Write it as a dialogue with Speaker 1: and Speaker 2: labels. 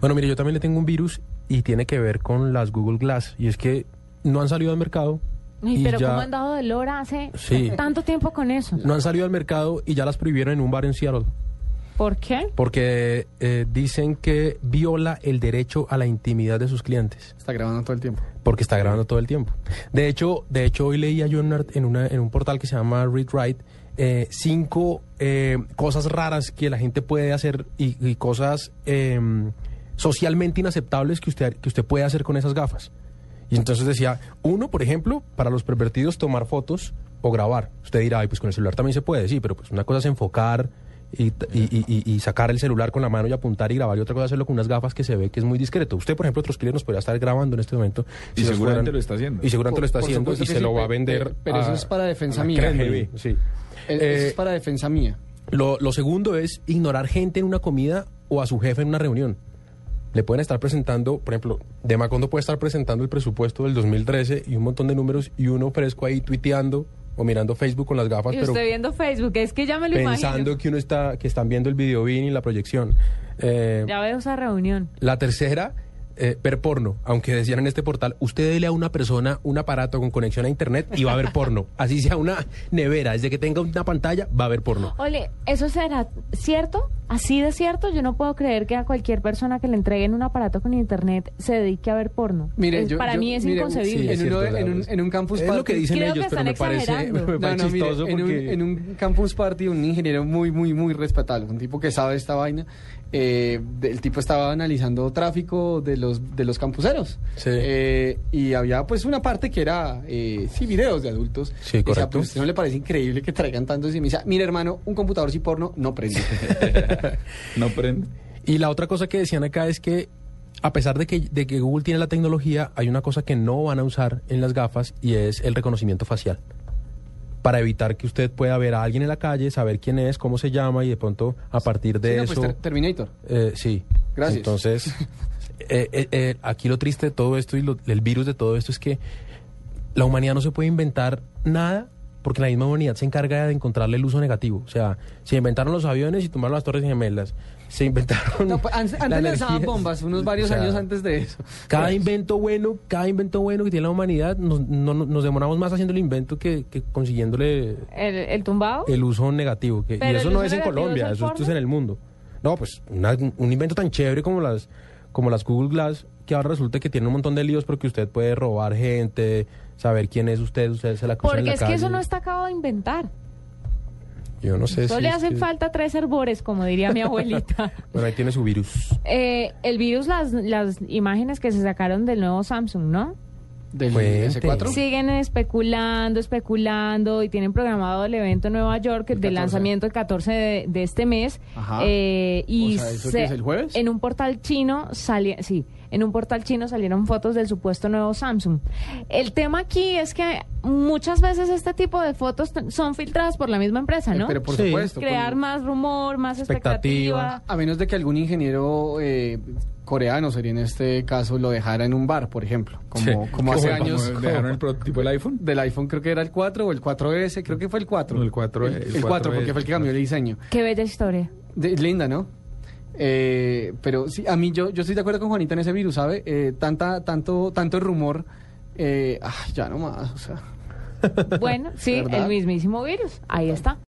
Speaker 1: Bueno, mire, yo también le tengo un virus y tiene que ver con las Google Glass. Y es que no han salido al mercado.
Speaker 2: Ay,
Speaker 1: y
Speaker 2: pero
Speaker 1: ya
Speaker 2: ¿cómo han dado de lora hace
Speaker 1: Sí.
Speaker 2: tanto tiempo con eso?
Speaker 1: No han salido al mercado y ya las prohibieron en un bar en Seattle.
Speaker 2: ¿Por qué?
Speaker 1: Porque eh, dicen que viola el derecho a la intimidad de sus clientes.
Speaker 3: Está grabando todo el tiempo.
Speaker 1: Porque está grabando todo el tiempo. De hecho, de hecho hoy leía yo en, un art- en una- en un portal que se llama Read Right eh, cinco eh, cosas raras que la gente puede hacer y, y cosas eh, socialmente inaceptables que usted, que usted puede hacer con esas gafas. Y entonces decía, uno, por ejemplo, para los pervertidos tomar fotos o grabar. Usted dirá, ay, pues con el celular también se puede, sí, pero pues una cosa es enfocar y, t- y- y- y- y sacar el celular con la mano y apuntar y grabar, y otra cosa es hacerlo con unas gafas que se ve que es muy discreto. Usted, por ejemplo, otros clientes nos podría estar grabando en este momento.
Speaker 4: Y
Speaker 1: nos
Speaker 4: seguramente lo está haciendo.
Speaker 1: Y seguramente lo está
Speaker 3: Por- por
Speaker 1: haciendo y
Speaker 3: supuesto
Speaker 1: se
Speaker 3: que sí,
Speaker 1: lo va a
Speaker 3: pe-
Speaker 1: vender.
Speaker 3: pe- pero eso
Speaker 1: a-
Speaker 3: es para defensa
Speaker 1: a la
Speaker 3: mía.
Speaker 1: Kremlin, Sí.
Speaker 3: E- eso
Speaker 1: Eh,
Speaker 3: es para defensa mía.
Speaker 1: lo, lo segundo es ignorar gente en una comida o a su jefe en una reunión. Le pueden estar presentando, por ejemplo, De Macondo puede estar presentando el presupuesto del 2013 y un montón de números y uno fresco ahí tuiteando o mirando Facebook con las gafas,
Speaker 2: Y
Speaker 1: Pues, pero
Speaker 2: usted viendo Facebook, es que ya me lo
Speaker 1: pensando
Speaker 2: imagino.
Speaker 1: que uno está, que están viendo el video bien y la proyección. Eh,
Speaker 2: Ya veo esa reunión.
Speaker 1: la tercera, eh, ver porno. Aunque decían en este portal, usted dele a una persona un aparato con conexión a internet y va a ver porno. Así sea una nevera, desde que tenga una pantalla, va a ver porno.
Speaker 2: Ole, ¿eso será cierto? ¿Así de cierto? Yo no puedo creer que a cualquier persona que le entreguen un aparato con internet se dedique a ver porno.
Speaker 3: Mire,
Speaker 2: Es-
Speaker 3: yo-
Speaker 2: para
Speaker 3: yo-
Speaker 2: mí es
Speaker 3: mire,
Speaker 1: Sí,
Speaker 2: inconcebible.
Speaker 1: es
Speaker 3: en,
Speaker 1: cierto,
Speaker 3: uno de-
Speaker 1: la
Speaker 3: en un,
Speaker 1: verdad.
Speaker 3: en un campus
Speaker 1: Es lo que
Speaker 3: party-
Speaker 1: dicen
Speaker 2: Creo que
Speaker 1: ellos, pero
Speaker 2: están
Speaker 1: me parece,
Speaker 2: exagerando.
Speaker 1: me parece
Speaker 3: No, no, mire,
Speaker 1: chistoso
Speaker 3: en, un,
Speaker 1: porque...
Speaker 3: en un campus party un ingeniero muy, muy, muy respetable, un tipo que sabe esta vaina, eh, de- el tipo estaba analizando tráfico de los, de los campuseros.
Speaker 1: Sí.
Speaker 3: Eh, y había pues una parte que era, eh, sí, videos de adultos.
Speaker 1: Sí,
Speaker 3: Y decía,
Speaker 1: correcto.
Speaker 3: pues, ¿usted no le parece increíble que traigan tantos? Y me decía, mira hermano, un computador sin porno no prende.
Speaker 4: No prende.
Speaker 1: Y la otra cosa que decían acá es que a pesar de que, de que Google tiene la tecnología, hay una cosa que no van a usar en las gafas y es el reconocimiento facial. Para evitar que usted pueda ver a alguien en la calle, saber quién es, cómo se llama y de pronto a partir de
Speaker 3: Sí, no, pues,
Speaker 1: eso...
Speaker 3: ter- Terminator.
Speaker 1: Eh, sí.
Speaker 3: Gracias.
Speaker 1: Entonces, eh, eh, eh, aquí lo triste de todo esto y lo- el virus de todo esto es que la humanidad no se puede inventar nada porque la misma humanidad se encarga de encontrarle el uso negativo. O sea, se inventaron los aviones y tomaron las torres gemelas. Se inventaron...
Speaker 3: No, pues, antes
Speaker 1: la
Speaker 3: antes lanzaban
Speaker 1: energía.
Speaker 3: bombas, unos varios
Speaker 1: O sea,
Speaker 3: años antes de eso.
Speaker 1: Cada invento bueno, cada invento bueno que tiene la humanidad, nos, no- no- nos demoramos más haciendo el invento que, que consiguiéndole
Speaker 2: ¿El, el tumbado?
Speaker 1: el uso negativo. Que, y
Speaker 2: Oh. Pero el
Speaker 1: eso no
Speaker 2: uso
Speaker 1: es en
Speaker 2: negativo
Speaker 1: Colombia,
Speaker 2: es el
Speaker 1: eso esto es
Speaker 2: porno.
Speaker 1: en el mundo. No, pues una- un invento tan chévere como las, como las Google Glass, que ahora resulta que tiene un montón de líos porque usted puede robar gente, saber quién es usted, usted se la cruza en
Speaker 2: Porque
Speaker 1: la
Speaker 2: es que eso
Speaker 1: calle.
Speaker 2: no está acabado de inventar.
Speaker 1: Yo no sé
Speaker 2: Solo
Speaker 1: si
Speaker 2: le
Speaker 1: es
Speaker 2: hacen
Speaker 1: que-
Speaker 2: falta tres herbores, como diría mi abuelita.
Speaker 1: Bueno, ahí tiene su virus.
Speaker 2: Eh, el virus, las, las imágenes que se sacaron del nuevo Samsung, ¿no?
Speaker 3: Del
Speaker 1: Cuente.
Speaker 3: S4.
Speaker 2: Siguen especulando, especulando y tienen programado el evento en Nueva York
Speaker 3: El
Speaker 2: de
Speaker 3: 14.
Speaker 2: lanzamiento el 14 de, de este mes.
Speaker 3: Ajá.
Speaker 2: Eh, y
Speaker 3: O sea, ¿eso qué es, el jueves?
Speaker 2: En un portal chino sali- sí, en un portal chino salieron fotos del supuesto nuevo Samsung. El tema aquí es que muchas veces este tipo de fotos t- son filtradas por la misma empresa, ¿no?
Speaker 3: Eh, Pero por
Speaker 1: Sí.
Speaker 3: supuesto.
Speaker 2: Crear
Speaker 3: con-
Speaker 2: más rumor, más
Speaker 1: Expectativa.
Speaker 2: expectativa.
Speaker 3: A menos de que algún ingeniero eh, coreano sería en este caso lo dejara en un bar, por ejemplo. Como,
Speaker 1: Sí.
Speaker 3: como hace
Speaker 1: Como-
Speaker 3: años.
Speaker 4: como dejaron el prototipo del iPhone.
Speaker 3: Del iPhone creo que era el 4 o el 4S, creo que fue el 4.
Speaker 4: No, el 4,
Speaker 3: El,
Speaker 4: el E.
Speaker 3: el 4, porque
Speaker 4: 4S,
Speaker 3: fue el que cambió el diseño.
Speaker 2: Qué bella historia.
Speaker 3: De- linda, ¿no? Eh, pero sí, a mí yo, yo estoy de acuerdo con Juanita en ese virus, ¿sabe? Eh, tanta, tanto, tanto rumor. Eh, ah, ya nomás, o sea.
Speaker 2: Bueno, sí,
Speaker 3: ¿Verdad?
Speaker 2: el mismísimo virus. Ahí está.